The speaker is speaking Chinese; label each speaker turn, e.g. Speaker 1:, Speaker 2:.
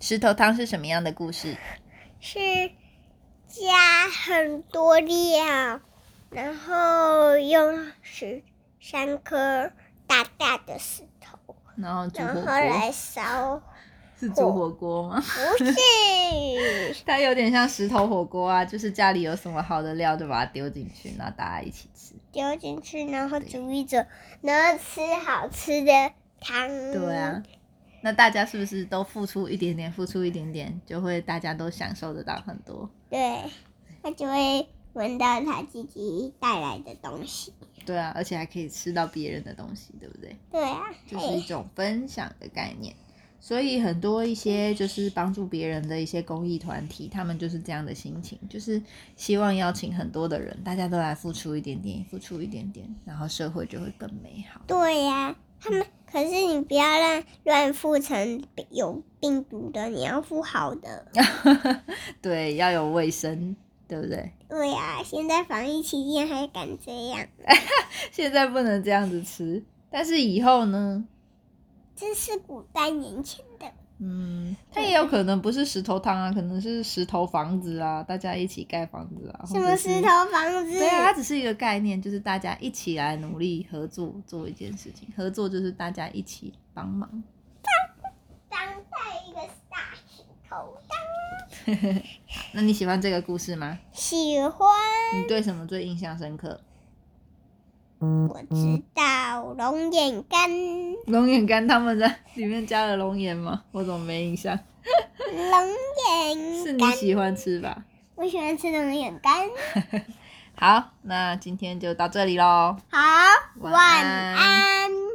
Speaker 1: 石头汤是什么样的故事？
Speaker 2: 是加很多料，然后用十三颗大大的石头，
Speaker 1: 然后煮
Speaker 2: 然
Speaker 1: 火
Speaker 2: 后
Speaker 1: 锅
Speaker 2: 来烧，
Speaker 1: 是煮火锅 吗？
Speaker 2: 不是
Speaker 1: 它有点像石头火锅啊，就是家里有什么好的料就把它丢进去，然后大家一起吃。
Speaker 2: 丢进去，然后煮一煮，然后吃好吃的汤。
Speaker 1: 对啊，，那大家是不是都付出一点点，付出一点点，就会大家都享受得到很多？
Speaker 2: 对，他就会闻到他自己带来的东西。
Speaker 1: 对啊，而且还可以吃到别人的东西，对不对？
Speaker 2: 对啊，
Speaker 1: 就是
Speaker 2: 嘿
Speaker 1: 一种分享的概念。所以很多一些就是帮助别人的一些公益团体，他们就是这样的心情，就是希望邀请很多的人，大家都来付出一点点，付出一点点，然后社会就会更美好。
Speaker 2: 对呀、他
Speaker 1: 嗯
Speaker 2: 们可是你不要让乱付成有病毒的，你要付好的。
Speaker 1: 对，要有卫生，对不对？
Speaker 2: 对呀、现在防疫期间还敢这样，
Speaker 1: 现在不能这样子吃，但是以后呢？
Speaker 2: 这是古代年前的。
Speaker 1: 嗯，它也有可能不是石头汤啊，可能是石头房子啊，大家一起盖房子啊。
Speaker 2: 什
Speaker 1: 或者
Speaker 2: 么
Speaker 1: 是
Speaker 2: 石头房子？
Speaker 1: 对啊，它只是一个概念，就是大家一起来努力合作做一件事情。合作就是大家一起帮忙。
Speaker 2: 当代一个大石头。
Speaker 1: 那你喜欢这个故事吗？
Speaker 2: 喜欢，
Speaker 1: 你对什么最印象深刻？
Speaker 2: 我知道龙眼干，
Speaker 1: 龙眼干他们在里面加了龙眼吗？我怎么没印象？
Speaker 2: 龙
Speaker 1: 是
Speaker 2: 眼
Speaker 1: 你
Speaker 2: 干，
Speaker 1: 喜欢吃吧？
Speaker 2: 我喜欢吃龙眼干。
Speaker 1: 好，那今天就到这里喽。
Speaker 2: 好，
Speaker 1: 晚
Speaker 2: 晚
Speaker 1: 安
Speaker 2: 安